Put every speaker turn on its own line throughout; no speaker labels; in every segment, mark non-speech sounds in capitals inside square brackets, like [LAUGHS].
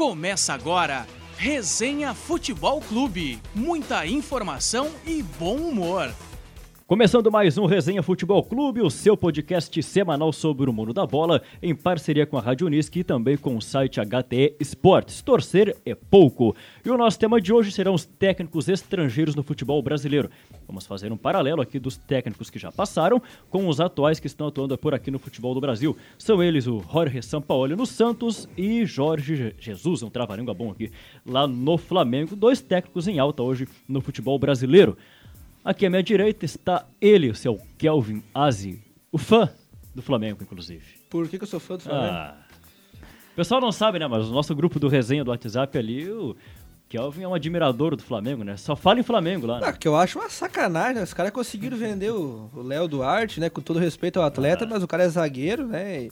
Começa agora Resenha Futebol Clube. Muita informação e bom humor.
Começando mais um Resenha Futebol Clube, o seu podcast semanal sobre o mundo da bola, em parceria com a Rádio Unisc e também com o site HTE Esportes. Torcer é pouco. E o nosso tema de hoje serão os técnicos estrangeiros no futebol brasileiro. Vamos fazer um paralelo aqui dos técnicos que já passaram com os atuais que estão atuando por aqui no futebol do Brasil. São eles o Jorge Sampaoli no Santos e Jorge Jesus, é um trava-língua bom aqui, lá no Flamengo. Dois técnicos em alta hoje no futebol brasileiro. Aqui à minha direita está ele, o seu Kelvin Aze, o fã do Flamengo, inclusive.
Por que, que eu sou fã do Flamengo?
Ah. O pessoal não sabe, né? Mas o nosso grupo do resenha do WhatsApp ali, o Kelvin é um admirador do Flamengo, né? Só fala em Flamengo lá,
Ah,
né?
que eu acho uma sacanagem, né? Os caras conseguiram vender o o Léo Duarte, né? Com todo respeito ao
Ah.
atleta, mas o cara é zagueiro, né? E,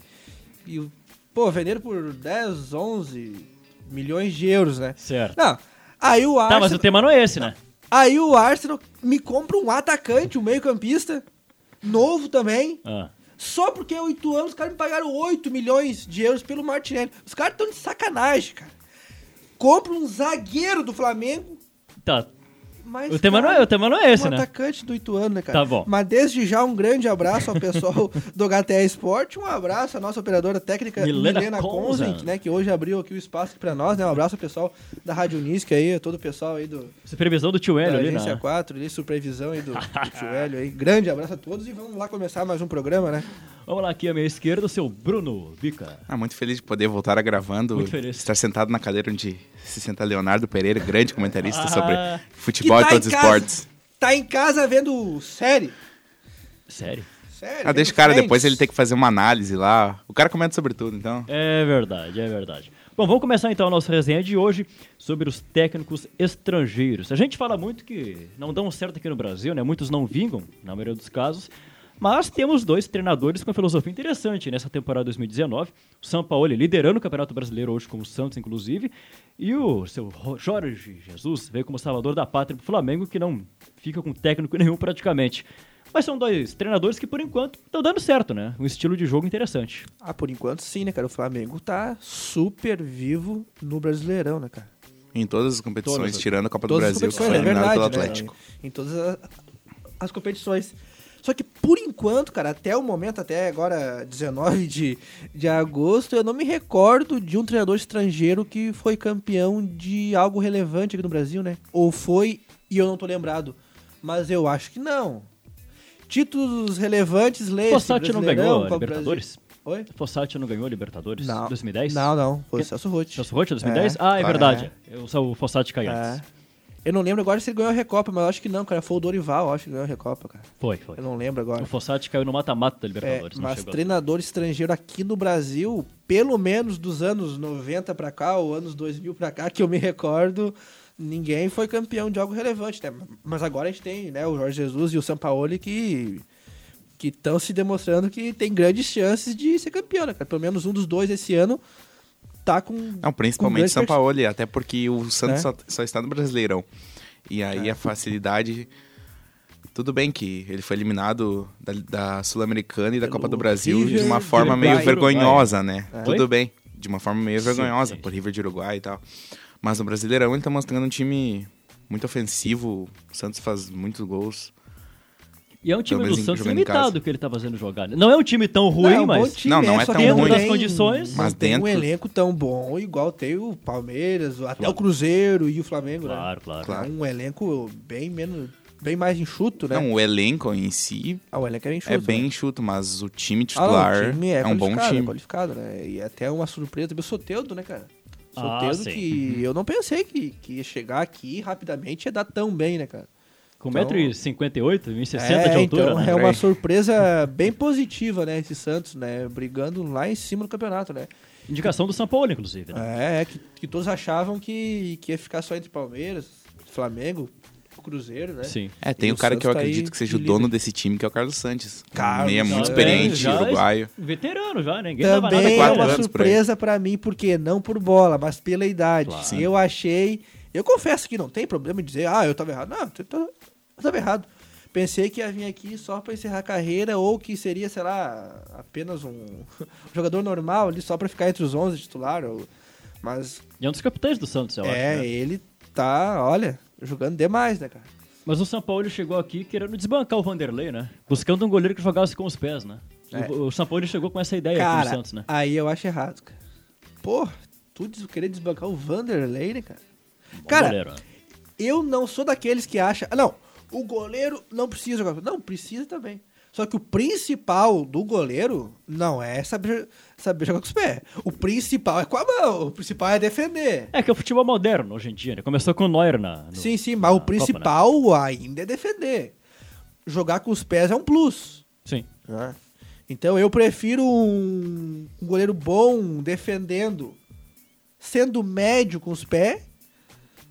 e o- pô, venderam por 10, 11 milhões de euros, né?
Certo.
Não, aí o
Tá,
Arsenal,
mas o tema não é esse, né?
aí o Arsenal me compra um atacante, um meio campista, novo também,
Ah.
só porque é 8 anos, os caras me pagaram 8 milhões de euros pelo Martinelli. Os caras estão de sacanagem, cara. Compra um zagueiro do Flamengo
Tá.
Mas,
O tema, não é,
cara,
o tema não é esse,
um
né?
atacante do Ituano, né, cara?
Tá bom.
Mas desde já, um grande abraço ao pessoal [LAUGHS] do HTE Sport. Um abraço à nossa operadora técnica,
Milena
Milena,
Conza.
Conzent, né? Que hoje abriu aqui o espaço pra nós, né? Um abraço ao pessoal da Rádio Unisque aí, todo o pessoal aí do,
Supervisão do tio
da
Hélio ali,
Agência
né?
4, ali, supervisão aí do, do Joelho aí. Grande abraço a todos e vamos lá começar mais um programa, né?
Vamos lá, aqui à minha esquerda, o seu Bruno Bica.
Ah, muito feliz de poder voltar a gravando.
Muito feliz.
Estar sentado na cadeira onde se senta Leonardo Pereira, grande comentarista
Ah.
sobre futebol e,
tá
todos
em
os
casa-
esportes.
Tá em casa vendo série.
Sério?
Série.
Ah, deixa o cara, depois ele tem que fazer uma análise lá. O cara comenta sobre tudo, então.
É verdade, é verdade. Bom, vamos começar então a nossa resenha de hoje sobre os técnicos estrangeiros. A gente fala muito que não dão certo aqui no Brasil, né? Muitos não vingam, na maioria dos casos. Mas temos dois treinadores com uma filosofia interessante nessa temporada 2019. O Sampaoli liderando o Campeonato Brasileiro hoje com o Santos, inclusive. E o seu Ro- Jorge Jesus veio como salvador da pátria pro Flamengo, que não fica com técnico [LAUGHS] nenhum praticamente. Mas são dois treinadores que, por enquanto, estão dando certo, né? Um estilo de jogo interessante.
Ah, por enquanto sim, né, cara? O Flamengo tá super vivo no Brasileirão, né, cara?
Em todas as competições,
Todas as-
tirando a Copa do
todas as
Brasil, que foi
competições,
eliminado
é verdade,
pelo
né?
Atlético.
Em todas a- as competições. Só que por enquanto, cara, até o momento, até agora 19 de, de agosto, eu não me recordo de um treinador estrangeiro que foi campeão de algo relevante aqui no Brasil, né? Ou foi e eu não tô lembrado. Mas eu acho que não. Títulos relevantes, leia
Fossati não ganhou a Libertadores?
Oi?
Fossati não ganhou a Libertadores?
Não.
2010?
Não, não. Foi o Celso Roth.
Celso Roth, 2010?
É.
Ah, é
Ah,
verdade. Eu sou o Fossati caiu
É.
antes.
Eu não lembro agora se ele ganhou a Recopa, mas eu acho que não, cara. Foi o Dorival, eu acho que ganhou a Recopa, cara.
Foi, foi.
Eu não lembro agora.
O Fossati caiu no mata-mata da
É,
Libertadores. não
mas
chegou.
treinador estrangeiro aqui no Brasil, pelo menos dos anos 90 pra cá, ou anos 2000 pra cá, que eu me recordo, ninguém foi campeão de algo relevante, né? Mas agora a gente tem, né, o Jorge Jesus e o Sampaoli que que estão se demonstrando que tem grandes chances de ser campeão, né, cara? Pelo menos um dos dois esse ano tá com
Não,
com
principalmente
grande
São Paulo, até porque o Santos
É.
só, só está no Brasileirão. E aí a facilidade. Tudo bem que ele foi eliminado da, da Sul-Americana e da
É
Pelo
Copa do Brasil de
River
uma
de É.
forma
Uruguai.
meio vergonhosa, né?
Oi?
Tudo bem. De uma forma meio
Sim,
vergonhosa,
sim.
por River de Uruguai e tal. Mas no Brasileirão ele tá mostrando um time muito ofensivo. O Santos faz muitos gols.
E é um time
pelo
do
menos em-
Santos
jogando em casa.
limitado que ele tá fazendo jogar. né? Não é um time tão ruim,
é um bom
mas...
time,
Não, não é
só
tão
que não
ruim.
Dentro das
tem-
condições,
Não
mas
tem um
dentro-
elenco tão bom igual tem o Palmeiras, até o Cruzeiro e o Flamengo, né?
Claro, claro.
Claro.
É um elenco bem menos, bem mais enxuto, né?
Não, o elenco em si
ah, o elenco era enxuto.
é bem
né?
enxuto, mas o time
Ah, não, o
titular
time
é um bom
qualificado, é
time.
qualificado, né? E até uma surpresa também o Soteudo, né, cara?
Ah,
Soteudo
sim.
que
Uhum.
eu não pensei que, que ia chegar aqui rapidamente e ia dar tão bem, né, cara?
Com
Então-
1,58m, 1,60m
é,
de altura,
então
né?
é uma
Peraí.
surpresa bem positiva, né, esse Santos, né? Brigando lá em cima do campeonato, né?
Indicação do São Paulo, inclusive. Né?
É, é que, que todos achavam que, que ia ficar só entre Palmeiras, Flamengo, Cruzeiro, né?
Sim.
É, tem
E
o
o
cara
Santos
que eu
tá aí
acredito que seja o
de
dono
líder.
desse time, que é o Carlos Sanches.
Carlos
Meia É muito
Sanches.
experiente,
É, já-
uruguaio.
Veterano já, né? Ninguém dava nada
Também é
quatro
uma
anos por aí.
surpresa pra mim, porque não por bola, mas pela idade.
Claro.
Sim.
Eu achei. Eu confesso que não tem problema em dizer, ah, eu tava errado. Não, eu, tô- eu tava errado. Pensei que ia vir aqui só pra encerrar a carreira ou que seria, [LAUGHS] sei lá, apenas um jogador normal ali só pra ficar entre os 11 titular. ou- Mas
E é um dos capitães do Santos, eu acho.
é,
né?
ele tá, olha, jogando demais, né, cara?
Mas o São Paulo chegou aqui querendo desbancar o Vanderlei, né? Buscando um goleiro que jogasse com os pés, né?
É.
O, o São Paulo chegou com essa ideia aqui
cara,
no Santos, né?
aí eu acho errado, cara. Pô, tu des- querer desbancar o Vanderlei, né, cara?
Bom
Cara,
goleiro, né?
eu não sou daqueles que acha, "Ah, não, o goleiro não precisa jogar. Não, precisa também. Só que o principal do goleiro não é saber, saber jogar com os pés. O principal é com a mão, o principal é defender.
É que é o futebol moderno hoje em dia, né? Começou com o Neuer na. no-
sim, sim,
na
mas o
Copa, né?
principal ainda é defender. Jogar com os pés é um plus.
Sim.
né? Então eu prefiro um, um goleiro bom defendendo, sendo médio com os pés,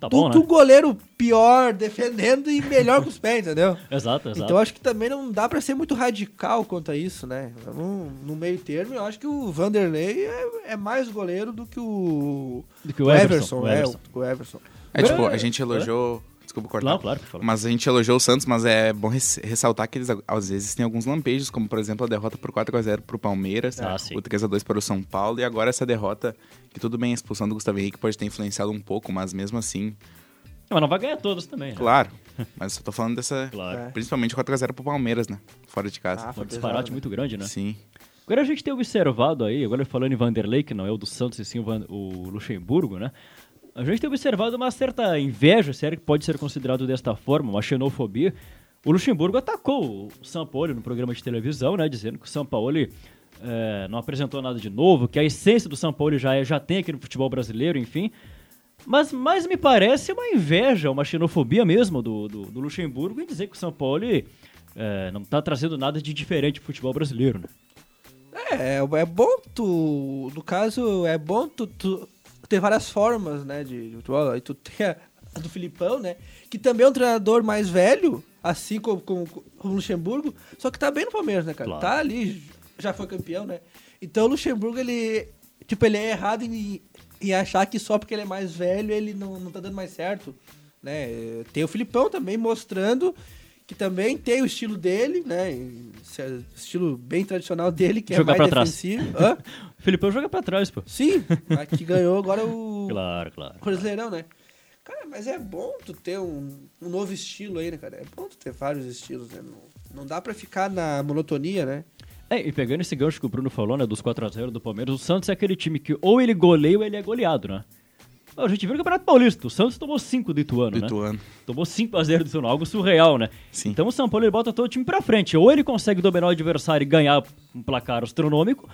Tá
do
bom,
que
né?
um goleiro pior defendendo e melhor com os pés, entendeu?
[LAUGHS] Exato, exato.
Então acho que também não dá pra ser muito radical quanto a isso, né? No, no meio termo, eu acho que o Vanderlei é, é mais goleiro do que o,
Do que o Everson, o
é,
Everson.
o- o Everson.
É tipo, a
É.
gente elogiou. Desculpa cortar.
Não, claro, por favor.
Mas a gente elogiou o Santos, mas é bom res- ressaltar que eles a- às vezes têm alguns lampejos, como por exemplo a derrota por 4x0 pro Palmeiras,
Ah, sim.
o 3x2 para o São Paulo, e agora essa derrota, que tudo bem, a expulsão do Gustavo Henrique pode ter influenciado um pouco, mas mesmo assim,
Mas não vai ganhar todos também. né?
claro. Mas eu tô falando dessa.
Claro.
É.
Principalmente 4x0 pro Palmeiras, né? Fora de casa.
Ah,
Um
foi
disparate
pesado, né?
muito grande, né?
Sim.
Agora a gente tem observado aí, agora falando em Vanderlei, que não é o do Santos e sim o, Van- o Luxemburgo, né? A gente tem observado uma certa inveja, sério, que pode ser considerado desta forma, uma xenofobia. O Luxemburgo atacou o Sampaoli no programa de televisão, né? Dizendo que o Sampaoli eh, não apresentou nada de novo, que a essência do Sampaoli já, é, já tem aqui no futebol brasileiro, enfim. Mas mais me parece uma inveja, uma xenofobia mesmo do, do, do Luxemburgo em dizer que o Sampaoli eh, não tá trazendo nada de diferente pro futebol brasileiro, né?
É, é bom tu. No caso, é bom tu, tu ter várias formas, né? De, de futebol. Aí tu tem a, a do Filipão, né? Que também é um treinador mais velho, assim como, como, como o Luxemburgo, só que tá bem no Palmeiras, né, cara?
Claro.
Tá ali, já foi campeão, né? Então o Luxemburgo, ele. Tipo, ele é errado em, em achar que só porque ele é mais velho ele não, não tá dando mais certo. Né? Tem o Filipão também mostrando que também tem o estilo dele, né? E esse Estilo bem tradicional dele, que
Jogar
é
pra
mais
trás.
defensivo. Hã?
O [LAUGHS] Filipão joga pra trás, pô.
Sim, mas que ganhou agora o
[LAUGHS] Claro, claro.
Brasileirão, né? Cara, mas é bom tu ter um, um novo estilo aí, né, cara? É bom tu ter vários estilos, né? Não, não dá pra ficar na monotonia, né?
É, e pegando esse gancho que o Bruno falou, né, dos 4x0 do Palmeiras, o Santos é aquele time que ou ele goleia ou ele é goleado, né? Ó, A gente viu o Campeonato Paulista, o Santos tomou 5 do Ituano,
Do
né?
Ituano.
Tomou 5x0 do Ituano, algo surreal, né?
Sim.
Então o São Paulo ele bota todo o time pra frente. Ou ele consegue dominar o adversário e ganhar um placar astronômico,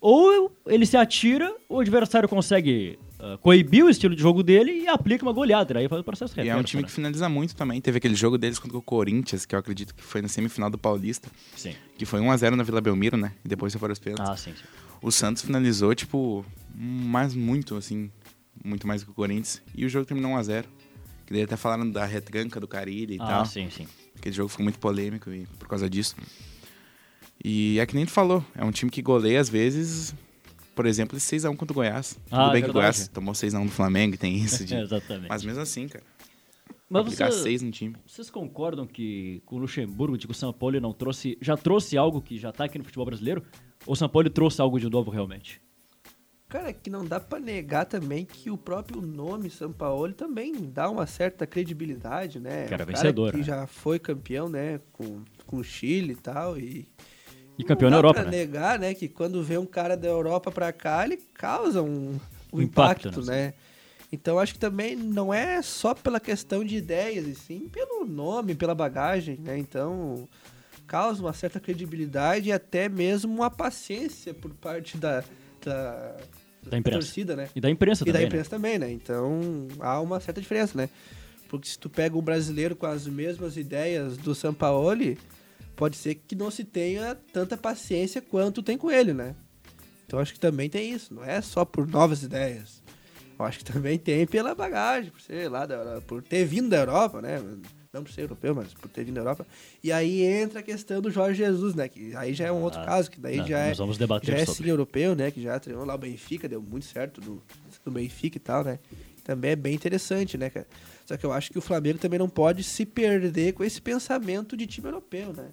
ou ele se atira, o adversário consegue ah, coibir o estilo de jogo dele e aplica uma goleada. Aí faz o processo
E é um time que
né?
finaliza muito também. Teve aquele jogo deles contra o Corinthians, que eu acredito que foi na semifinal do Paulista,
Sim.
que foi 1x0 na Vila Belmiro, né? E depois foi para os pênaltis.
Ah, sim, sim.
O Santos finalizou, tipo, mais muito, assim, muito mais que o Corinthians. E o jogo terminou 1x0. Que daí até falaram da retranca do Carilli e
Ah,
tal.
sim, sim.
Aquele jogo ficou muito polêmico e, por causa disso. E é que nem tu falou, é um time que goleia às vezes, por exemplo, esse 6x1 contra o Goiás.
Ah,
Tudo bem que o
verdade.
Goiás tomou 6x1 do Flamengo e tem isso. De...
[LAUGHS] Exatamente.
Mas mesmo assim, cara,
Mas
aplicar
você-
6 no time.
Vocês concordam que com o Luxemburgo, de que o São Paulo não trouxe, já trouxe algo que já tá aqui no futebol brasileiro? Ou o São Paulo trouxe algo de novo realmente?
Cara, que não dá pra negar também que o próprio nome Sampaoli também dá uma certa credibilidade, né?
Que era
Um cara
vencedor,
Que
né?
já foi campeão, né? Com, com o Chile e tal. E,
E campeão
não
na
dá
Europa,
pra
né?
negar, né? Que quando vê um cara da Europa pra cá, ele causa um, um
Um impacto,
impacto,
né?
né? Então acho que também não é só pela questão de ideias, e sim pelo nome, pela bagagem, né? Então causa uma certa credibilidade e até mesmo uma paciência por parte da, da,
Da imprensa.
torcida, né?
E da imprensa
E da
também.
imprensa também, né? Então há uma certa diferença, né? Porque se tu pega um brasileiro com as mesmas ideias do Sampaoli, pode ser que não se tenha tanta paciência quanto tem com ele, né? Então acho que também tem isso, não é só por novas ideias. Eu acho que também tem pela bagagem, por ser lá da Euro- por ter vindo da Europa, né? Não por ser europeu, mas por ter vindo da Europa. E aí entra a questão do Jorge Jesus, né? Que aí já é um outro
Ah,
caso, que daí
não,
já é
nós vamos debater
já é
sobre.
sim europeu, né? Que já treinou lá o Benfica, deu muito certo do, do Benfica e tal, né? Também é bem interessante, né, cara? Só que eu acho que o Flamengo também não pode se perder com esse pensamento de time europeu, né?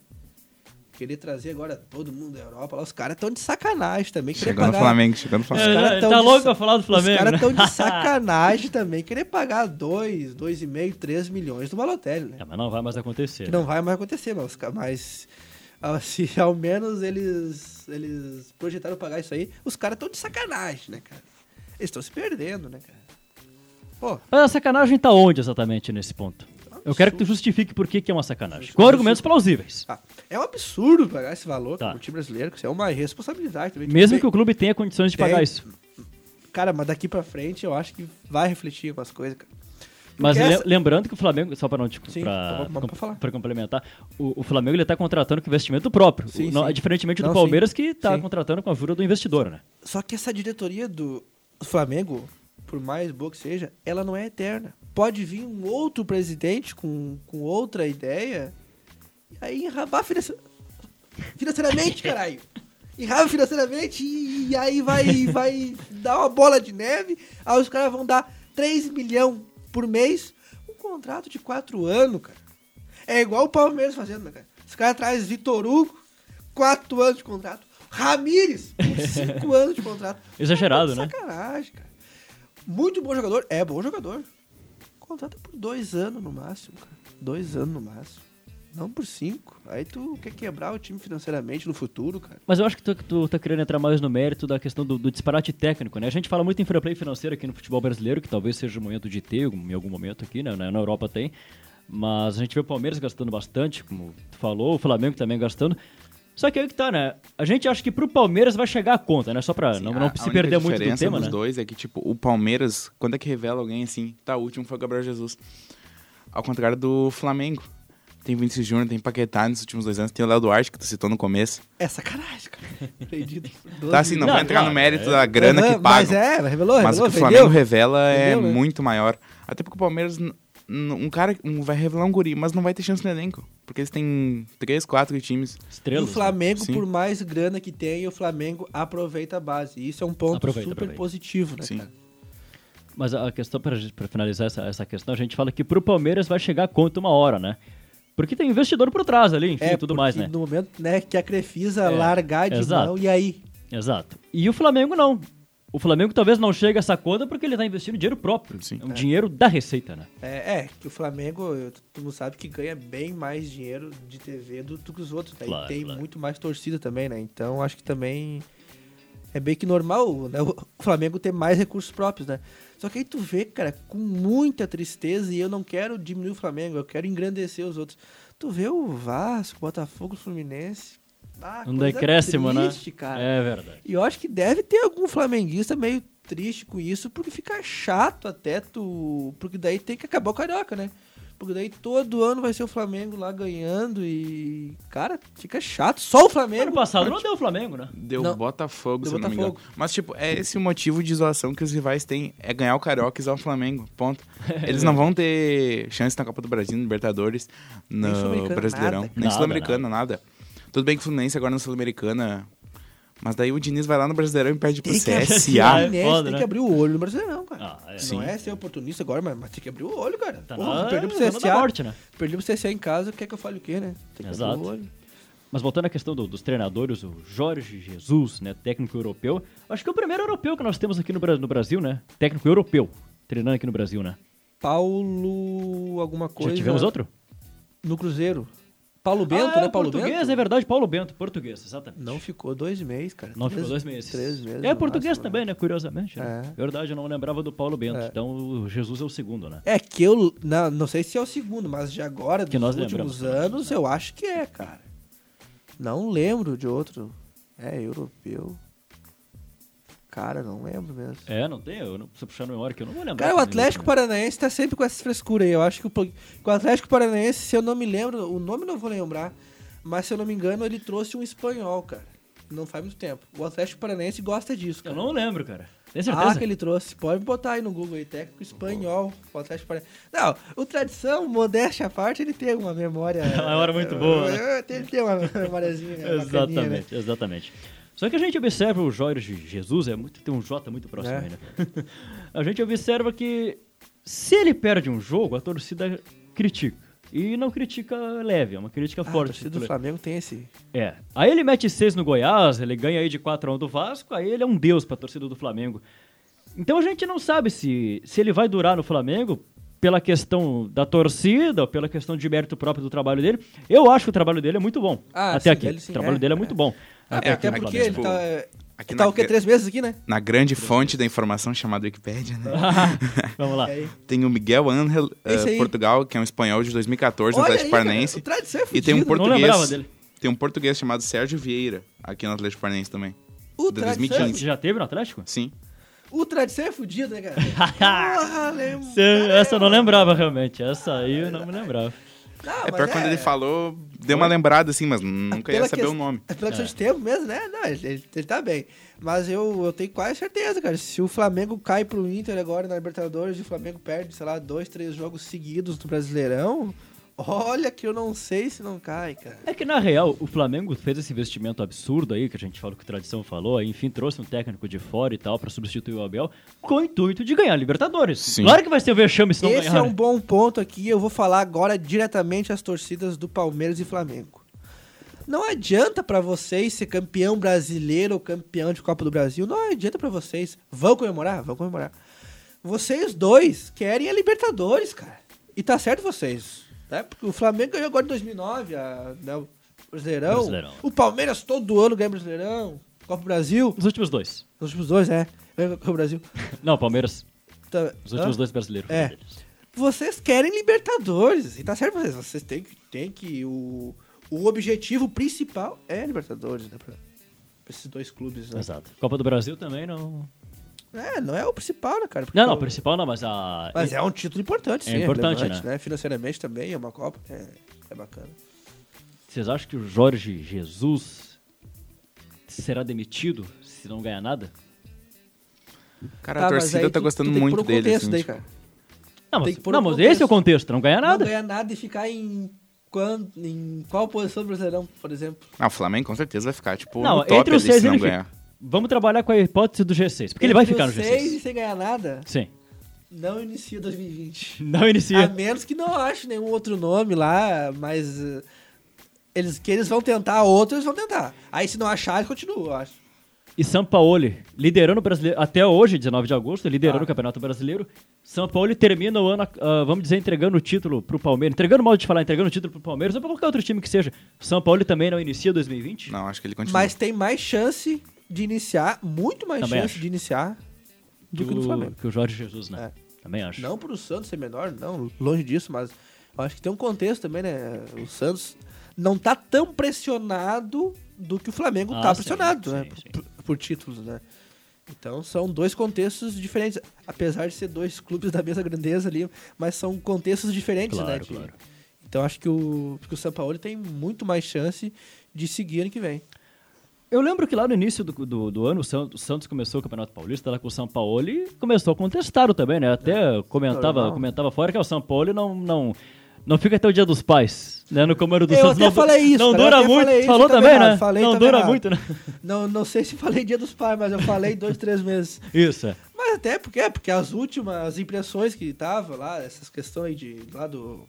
Querer trazer agora todo mundo da Europa lá. Os caras estão de sacanagem também. Querer
Chegando no
pagar-
Flamengo, chegando no Flamengo.
Os caras
É,
tão
tá
de
louco
sa-
pra falar do Flamengo,
Os caras
né? [LAUGHS]
estão de sacanagem também. Querer pagar 2, 2,5, 3 milhões do Balotelli, né?
É, mas não vai mais acontecer.
Que não vai mais acontecer, mas, os ca- mas ah, se [LAUGHS] ao menos eles, eles projetaram pagar isso aí, os caras estão de sacanagem, né, cara? Eles estão se perdendo, né, cara? Pô,
Mas a sacanagem tá onde exatamente nesse ponto? Eu quero que tu justifique por que, que é uma sacanagem. Com argumentos plausíveis.
ah, é um absurdo pagar esse valor
Tá.
pro time brasileiro, que isso é uma responsabilidade também.
Mesmo
Bem,
que o clube tenha condições de
Tem.
pagar isso.
Cara, mas daqui pra frente eu acho que vai refletir com as coisas, cara.
Mas é
Porque
le-
essa-
lembrando que o Flamengo, só para não te,
Sim,
pra,
tá bom, pode
com-
falar.
pra complementar, o, o Flamengo ele tá contratando com investimento próprio,
Sim,
O- não-
sim.
diferentemente do
Não, sim.
Palmeiras que tá
Sim.
contratando com a ajuda do investidor, né?
Só que essa diretoria do Flamengo, por mais boa que seja, ela não é eterna. Pode vir um outro presidente com, com outra ideia e aí enrabar financeira- financeiramente, caralho. Enraba financeiramente e, e aí vai, vai dar uma bola de neve. Aí os caras vão dar 3 milhões por mês. Um contrato de 4 anos, cara. É igual o Palmeiras fazendo, né, cara? Os caras trazem Vitor Hugo, 4 anos de contrato. Ramires,
[LAUGHS]
5 anos de contrato.
Exagerado,
Tá
né?
de Sacanagem, cara. Muito bom jogador, é bom jogador. Contrata por 2 anos no máximo, cara. 2 anos no máximo. Não por 5. Aí tu quer quebrar o time financeiramente no futuro, cara.
Mas eu acho que tu, tu tá querendo entrar mais no mérito da questão do, do disparate técnico, né? A gente fala muito em fair play financeiro aqui no futebol brasileiro, que talvez seja o momento de ter em algum momento aqui, né? Na na Europa tem. Mas a gente vê o Palmeiras gastando bastante, como tu falou, o Flamengo também gastando. Só que aí que tá, né? A gente acha que pro Palmeiras vai chegar a conta, né? Só pra não, não se perder muito do
A diferença
tema,
dos
né?
dois é que, tipo, o Palmeiras, quando é que revela alguém assim, tá, o último foi o Gabriel Jesus. Ao contrário do Flamengo. Tem Vinícius Júnior, tem Paquetá nos últimos dois anos, tem o Léo Duarte, que tu citou no começo.
É sacanagem, [LAUGHS] cara. Perdido. por 12
Tá, assim, não,
Não,
vai entrar
não,
no mérito
é-
da grana
Aham,
que paga.
Mas é, revelou, revelou,
Mas o que o
vendeu.
Flamengo revela é
Entendeu, né?
muito maior. Até porque o Palmeiras, n- n- um cara um, vai revelar um guri, mas não vai ter chance no elenco. Porque eles têm três, quatro times.
E o
Estrelas. né?
Flamengo,
Sim.
por mais grana que tem, o Flamengo aproveita a base. E isso é um ponto
Aproveita,
super
aproveita.
positivo, né,
Sim.
cara?
Mas a questão, para finalizar essa, essa questão, a gente fala que pro Palmeiras vai chegar a conta uma hora, né? Porque tem investidor por trás ali, enfim, tudo mais,
É, porque
né?
no momento né, que a Crefisa
É,
largar de
exato.
mão, e aí?
Exato. E o Flamengo não. O Flamengo talvez não chegue a essa conta porque ele tá investindo dinheiro próprio.
Sim.
É um dinheiro da receita, né?
É, é, que o Flamengo, eu- todo mundo sabe que ganha bem mais dinheiro de TV do, do que os outros. Né? E
Claro,
tem
claro.
muito mais torcida também, né? Então acho que também é bem que normal né? o [LAUGHS] Flamengo ter mais recursos próprios, né? Só que aí tu vê, cara, com muita tristeza, e eu não quero diminuir o Flamengo, eu quero engrandecer os outros. Tu vê o Vasco, Botafogo, Fluminense. Ah,
Um
coisa
decréscimo,
triste,
né?
Cara.
É verdade.
E eu acho que deve ter algum flamenguista meio triste com isso, porque fica chato até tu. Porque daí tem que acabar o carioca, né? Porque daí todo ano vai ser o Flamengo lá ganhando e. Cara, fica chato. Só o Flamengo.
Ano passado não deu o Flamengo, né?
Deu
Não.
Botafogo,
Deu
se eu não me engano.
Botafogo.
Mas, tipo, é esse o motivo de isolação que os rivais têm. É ganhar o Carioca e isolar o Flamengo.
[LAUGHS]
Ponto. Eles não vão ter chance na Copa do Brasil, no Libertadores,
Nem
no
Sul-Americana,
Brasileirão.
nada.
Nem
Nada,
Sul-Americana, nada. Tudo bem que o Fluminense agora é na Sul-Americana. Mas daí o Diniz vai lá no Brasileirão e perde pro
Tem que abrir-
Ah,
CSA.
é
Fluminense
foda,
tem
né?
que abrir o olho no Brasileirão, cara.
Ah, é.
Sim.
Não é ser oportunista agora, mas, mas tem que abrir o olho, cara.
Tá
Porra,
na
perdeu pro
zona da
CSA.
morte, né?
Perdeu pro CSA em casa, quer que eu fale o quê, né? Tem que
Exato.
abrir o olho.
Mas voltando à questão do- dos treinadores, o Jorge Jesus, né, técnico europeu. Acho que é o primeiro europeu que nós temos aqui no, Bra- no Brasil, né? Técnico europeu, treinando aqui no Brasil, né?
Paulo, alguma coisa.
Já tivemos outro?
No Cruzeiro. Paulo Bento,
Ah, é,
né? Paulo
português,
Bento.
é verdade, Paulo Bento, português, exatamente.
Não ficou dois meses, cara.
Não,
Três-
ficou dois meses.
Três meses.
É
no
português
máximo,
também, né? Curiosamente. né?
É.
Verdade, eu não lembrava do Paulo Bento.
É.
Então o Jesus é o segundo, né?
É que eu. Não, não sei se é o segundo, mas de agora,
Que
dos
nós
últimos
lembramos,
anos, eu acho que é, cara. Não lembro de outro. É, europeu. Cara, não lembro mesmo.
É, não tem. Eu não preciso puxar no memória que eu não vou lembrar.
Cara, o
também,
Atlético
né?
Paranaense tá sempre com essa frescura aí. Eu acho que o, po- que o Atlético Paranaense, se eu não me lembro, o nome eu não vou lembrar, mas se eu não me engano, ele trouxe um espanhol, cara. Não faz muito tempo. O Atlético Paranaense gosta disso,
Eu
cara.
não lembro, cara. Tem
Ah,
certeza? Tá
que ele trouxe. Pode botar aí no Google aí, técnico espanhol. O Atlético Paranaense. Não, o Tradição, modéstia à parte, ele tem uma
[LAUGHS]
memória.
É uma memória muito boa, né?
Ele tem uma memóriazinha. bacaninha, né?
Exatamente, exatamente. Só que a gente observa o Jorge Jesus, é muito, tem um J muito próximo
É.
aí, [LAUGHS] né? a gente observa que se ele perde um jogo, a torcida critica. E não critica leve, é uma crítica
Ah, a
forte.
torcida do Flamengo tem esse.
É. Aí ele mete 6 no Goiás, ele ganha aí de 4 a 1 do Vasco, aí ele é um deus pra torcida do Flamengo. Então a gente não sabe se, se ele vai durar no Flamengo pela questão da torcida, ou pela questão de mérito próprio do trabalho dele. Eu acho que o trabalho dele é muito bom.
Ah,
até
sim,
aqui.
ele sim,
o trabalho
é,
dele é,
é.
muito bom.
Até,
aqui no
porque
Flamengo,
ele
tipo,
tá.
aqui
tá
na-
o quê? Três meses aqui, né?
Na grande fonte da informação chamada
[LAUGHS]
Wikipédia, né?
[LAUGHS] Vamos
É
lá.
Tem o Miguel Ángel eh,
Esse aí.
Portugal, que é um espanhol de 2014, no
Olha
Atlético
aí,
Paranaense.
cara, o tradição é
E tem um
fudido.
Não lembrava
português.
dele.
Tem um português chamado Sérgio Vieira, aqui no Atlético Paranaense também.
O
de
Já,
2015.
tradição, é
já teve no Atlético?
Sim.
o tradição é
[LAUGHS]
fudido, né, cara? Porra, lembro.
Sim, Essa eu não lembrava realmente. Essa aí eu não me lembrava.
Não,
É
Ah, mas Ah,
pior que quando ele falou, deu uma lembrada assim, mas nunca ia
Pela
saber
ques-
o nome.
É pela questão de tempo mesmo, né? Não, ele, ele- ele tá bem. Mas eu, eu tenho quase certeza, cara. Se o Flamengo cai pro Inter agora na Libertadores e o Flamengo perde, sei lá, dois, três jogos seguidos no Brasileirão, olha que eu não sei se não cai, cara.
É que na real, o Flamengo fez esse investimento absurdo aí, que a gente fala que o Tradição falou, aí, enfim, trouxe um técnico de fora e tal pra substituir o Abel, com o intuito de ganhar a Libertadores.
Sim.
Claro que vai ser o vexame se não
Esse
ganhar. né?
é um bom ponto aqui. Eu vou falar agora diretamente às torcidas do Palmeiras e Flamengo. Não adianta pra vocês ser campeão brasileiro ou campeão de Copa do Brasil. Não adianta pra vocês. Vão comemorar? Vão comemorar. Vocês dois querem a Libertadores, cara. E tá certo vocês. Né? Porque o Flamengo ganhou agora em 2009, a, né, o Brasileirão.
Brasileirão.
O Palmeiras todo ano ganha Brasileirão. Copa do Brasil.
Os últimos dois.
Os últimos dois, né? Ganha Copa do Brasil.
Não, Palmeiras.
Tá-
Os últimos
Hã?
dois brasileiros.
É. vocês querem Libertadores. E tá certo vocês. Vocês têm que. Têm que o, o objetivo principal é Libertadores, né? Pra pra esses dois clubes, né?
Exato. Copa do Brasil também não.
É, não é o principal, né, cara? Porque
Não, não, o
o-
principal não, mas a.
Mas é um título importante,
É
sim.
importante,
relevante,
né?
Financeiramente também, é uma Copa. É, é bacana.
Vocês acham que o Jorge Jesus será demitido se não ganhar nada?
Cara, a
Tá, mas
torcida
aí
tá
tu-
gostando
tu tem que
muito
pôr o
dele.
contexto
assim,
daí,
tipo,
cara.
Não,
Tem
mas,
que pôr
não,
o
mas
contexto.
esse é o contexto, não ganhar nada.
Não ganhar nada e ficar em. Quando, em qual posição do Brasileirão, por exemplo?
Ah, o Flamengo com certeza vai ficar, tipo,
Não,
no top
entre os
ali,
seis
se não
ele
ganhar.
fica. Vamos trabalhar com a hipótese do G6, porque ele vai
Entre
ficar no
os seis e
G6.
sem ganhar nada,
Sim.
não inicia 2020.
Não inicia.
A menos que Ah, não ache nenhum outro nome lá, mas eh, eles que eles vão tentar, outros vão tentar. Aí se não achar, eles continuam, eu acho.
E Sampaoli, liderando o brasileiro, até hoje, 19 de agosto, liderando
Ah.
o Campeonato Brasileiro. Sampaoli termina o ano, ah, vamos dizer, entregando o título pro Palmeiras. Entregando, modo de falar, entregando o título pro Palmeiras ou pra qualquer outro time que seja. Sampaoli também não inicia 2020?
Não, acho que ele continua.
Mas tem mais chance de iniciar, muito mais
Também
chance
acho.
de iniciar do
o-
que no Flamengo.
que o Jorge Jesus, né? Também acho.
Não pro Santos ser menor, não, longe disso, mas eu acho que tem um contexto também, né? O Santos não tá tão pressionado do que o Flamengo
Ah,
tá
sim,
pressionado, né?
sim,
Por, por títulos, né? Então são dois contextos diferentes, apesar de ser dois clubes da mesma grandeza ali, mas são contextos diferentes, né?
Claro,
de-
claro.
Então acho que o, que o São Paulo tem muito mais chance de seguir ano que vem.
Eu lembro que lá no início do, do, do ano, o San- o Santos começou o Campeonato Paulista lá com o São Paulo e começou contestado também, né? Até comentava,
É, normal.
comentava fora que é o São Paulo não, não, não fica até o dia dos pais, né? No comando do
Eu
Santos.
até
não, du-
falei isso,
Não
cara, eu
dura
até
muito.
falei isso,
falou
tá
também,
errado,
né?
falei,
não
tá
dura
errado.
muito, né? [LAUGHS]
Não, não sei se falei dia dos pais, mas eu falei dois, três meses.
Isso, é.
Mas até porque, é, porque as últimas impressões que tava lá, essas questões de lá do. Como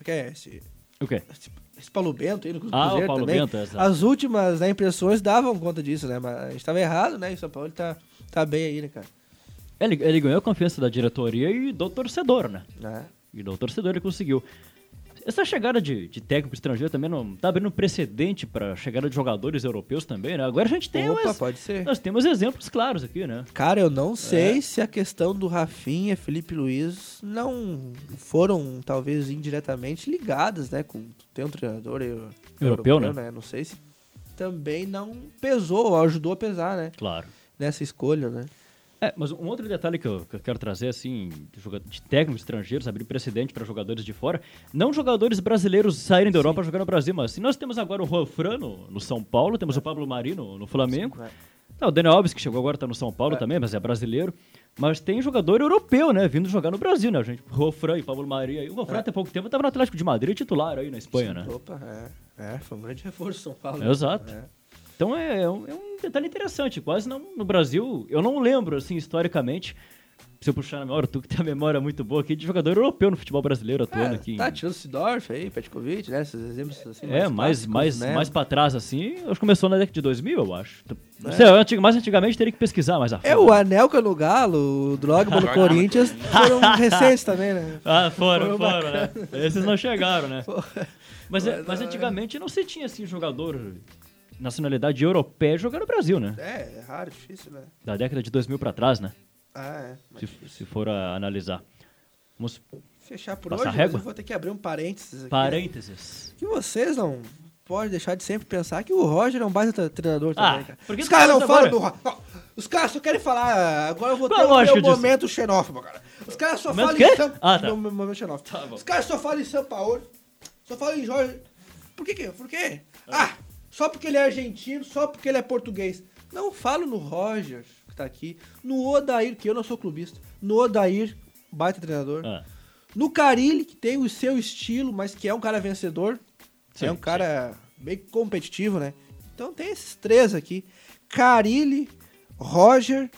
é que é esse?
O quê?
Esse, esse Paulo Bento aí no
Ah, o
Cruzeiro
Paulo
também.
Bento, exato.
As últimas né, impressões davam conta disso, né? Mas a gente tava errado, né? E o São Paulo tá, tá bem aí, né, cara?
Ele, ele ganhou a confiança da diretoria e do torcedor, né?
Né?
E do torcedor ele conseguiu. Essa chegada de, de técnico estrangeiro também não tá abrindo um precedente para chegada de jogadores europeus também, né? Agora a gente tem
Opa,
umas-
pode ser.
Nós temos exemplos claros aqui, né?
Cara, eu não
É.
sei se a questão do Rafinha, Felipe Luiz não foram, talvez, indiretamente ligadas, né? Com, tem um treinador eu-
Europeu, né?
né, Não sei se também não pesou, ajudou a pesar, né?
Claro.
Nessa escolha, né?
É, mas um outro detalhe que eu, que eu quero trazer, assim, de, joga- de técnicos estrangeiros, abrir precedente para jogadores de fora, não jogadores brasileiros saírem da Europa jogando no Brasil, mas assim, nós temos agora o Juan Fran no, no São Paulo, temos o Pablo Marino no Flamengo,
Sim, é.
tá, o Daniel Alves, que chegou agora, tá no São Paulo também, mas é brasileiro, mas tem jogador europeu, né, vindo jogar no Brasil, né, gente? Juan Fran e Pablo Maria, e o Juan Fran até pouco tempo tava no Atlético de Madrid, titular aí na Espanha, né?
Opa, é. É, foi um grande reforço São Paulo.
Exato.
É.
Então é, é um, é um detalhe interessante. Quase não no Brasil, eu não lembro assim historicamente Se eu puxar na memória, tu que tem a memória muito boa aqui de jogador europeu no futebol brasileiro atuando
É,
aqui.
Tá,
em-
tirando Sidorf aí, Petkovic, né? Esses exemplos assim.
É, mais,
clássicos,
mais,
né?
mais pra trás, assim, acho que começou na década de 2000, eu acho. Não sei, antig- mais antigamente teria que pesquisar ah, mais a fundo.
É, o Anelka no Galo, o Drogba no [LAUGHS]
Drogba no
Corinthians, foram recentes também, né?
Ah, foram,
Foi
foram, né? Esses não chegaram, né? Mas, é- mas antigamente não se tinha, assim, jogador nacionalidade europeia jogar no Brasil, né?
É, é raro, difícil, né?
Da década de 2000 pra trás, né?
Ah, é.
Se, se for a analisar. Vamos,
Fechar por
Passa
hoje,
a
mas
régua?
eu vou ter que abrir um parênteses aqui.
parênteses.
Que vocês não podem deixar de sempre pensar que o Roger é um baita tre- treinador
Ah,
também, cara.
por que
Os
tu
caras
falou
não
isso
falam do
agora?
Roger. Os caras só querem falar. Agora eu vou
Qual
ter
é
o
lógico
meu
disso?
momento xenófobo, cara. Os caras só
Momento
falam
quê?
em São
Ah, tá.
meu- meu momento xenófobo.
Tá bom.
Os caras só falam em São Paulo. Só falam em Jorge. Por que? que- Por quê? Ah, só porque ele é argentino, só porque ele é português. Não falo no Roger, que tá aqui. No Odair, que eu não sou clubista. No Odair, baita treinador.
Ah,
No Carilli, que tem o seu estilo, mas que é um cara vencedor.
Sim,
é um cara bem competitivo, né? Então tem esses três aqui. Carilli, Roger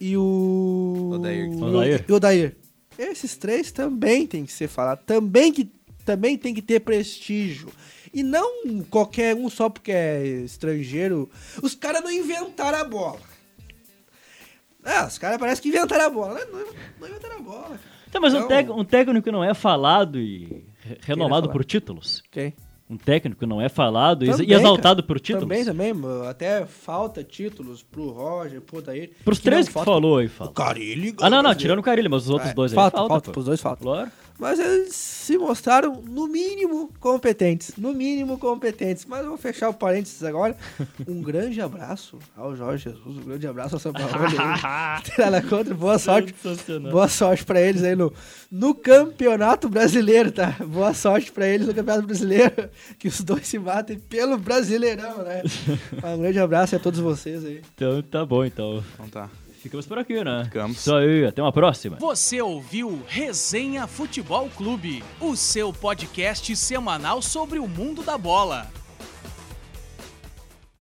e o...
Odair.
Odair.
E o Odair. Esses três também tem que ser falado. Também, que, também tem que ter prestígio. E não qualquer um só porque é estrangeiro. Os caras não inventaram a bola. Ah, os caras parecem que inventaram a bola. Não, não- não inventaram a bola, cara.
Tá, mas um,
Então-
tec- um técnico que não é falado e re- renomado
falar?
por títulos.
Quem?
Um técnico que não é falado e-
Também,
e exaltado
cara.
por títulos.
Também, também. mano. Até falta títulos pro Roger, pro Daí.
Pros três que tu falou aí, fala.
O Carilli.
Ah, não, não, tirando o Carilho, mas os outros
É,
dois aí
falta,
falta,
falta,
pô.
pros dois falta.
Claro.
Mas eles se mostraram, no mínimo, competentes. No mínimo, competentes. Mas eu vou fechar o parênteses agora. Um grande abraço ao Jorge Jesus. Um grande abraço ao São Paulo. Tirada contra. Boa sorte.
Sensacional.
Boa sorte pra eles aí no, no Campeonato Brasileiro, tá? Boa sorte pra eles no Campeonato Brasileiro. Que os dois se matem pelo Brasileirão, né? Um grande abraço a todos vocês aí.
Então tá bom, então.
Então tá.
Ficamos por aqui, né?
Ficamos.
Isso aí, até uma próxima.
Você ouviu Resenha Futebol Clube, o seu podcast semanal sobre o mundo da bola.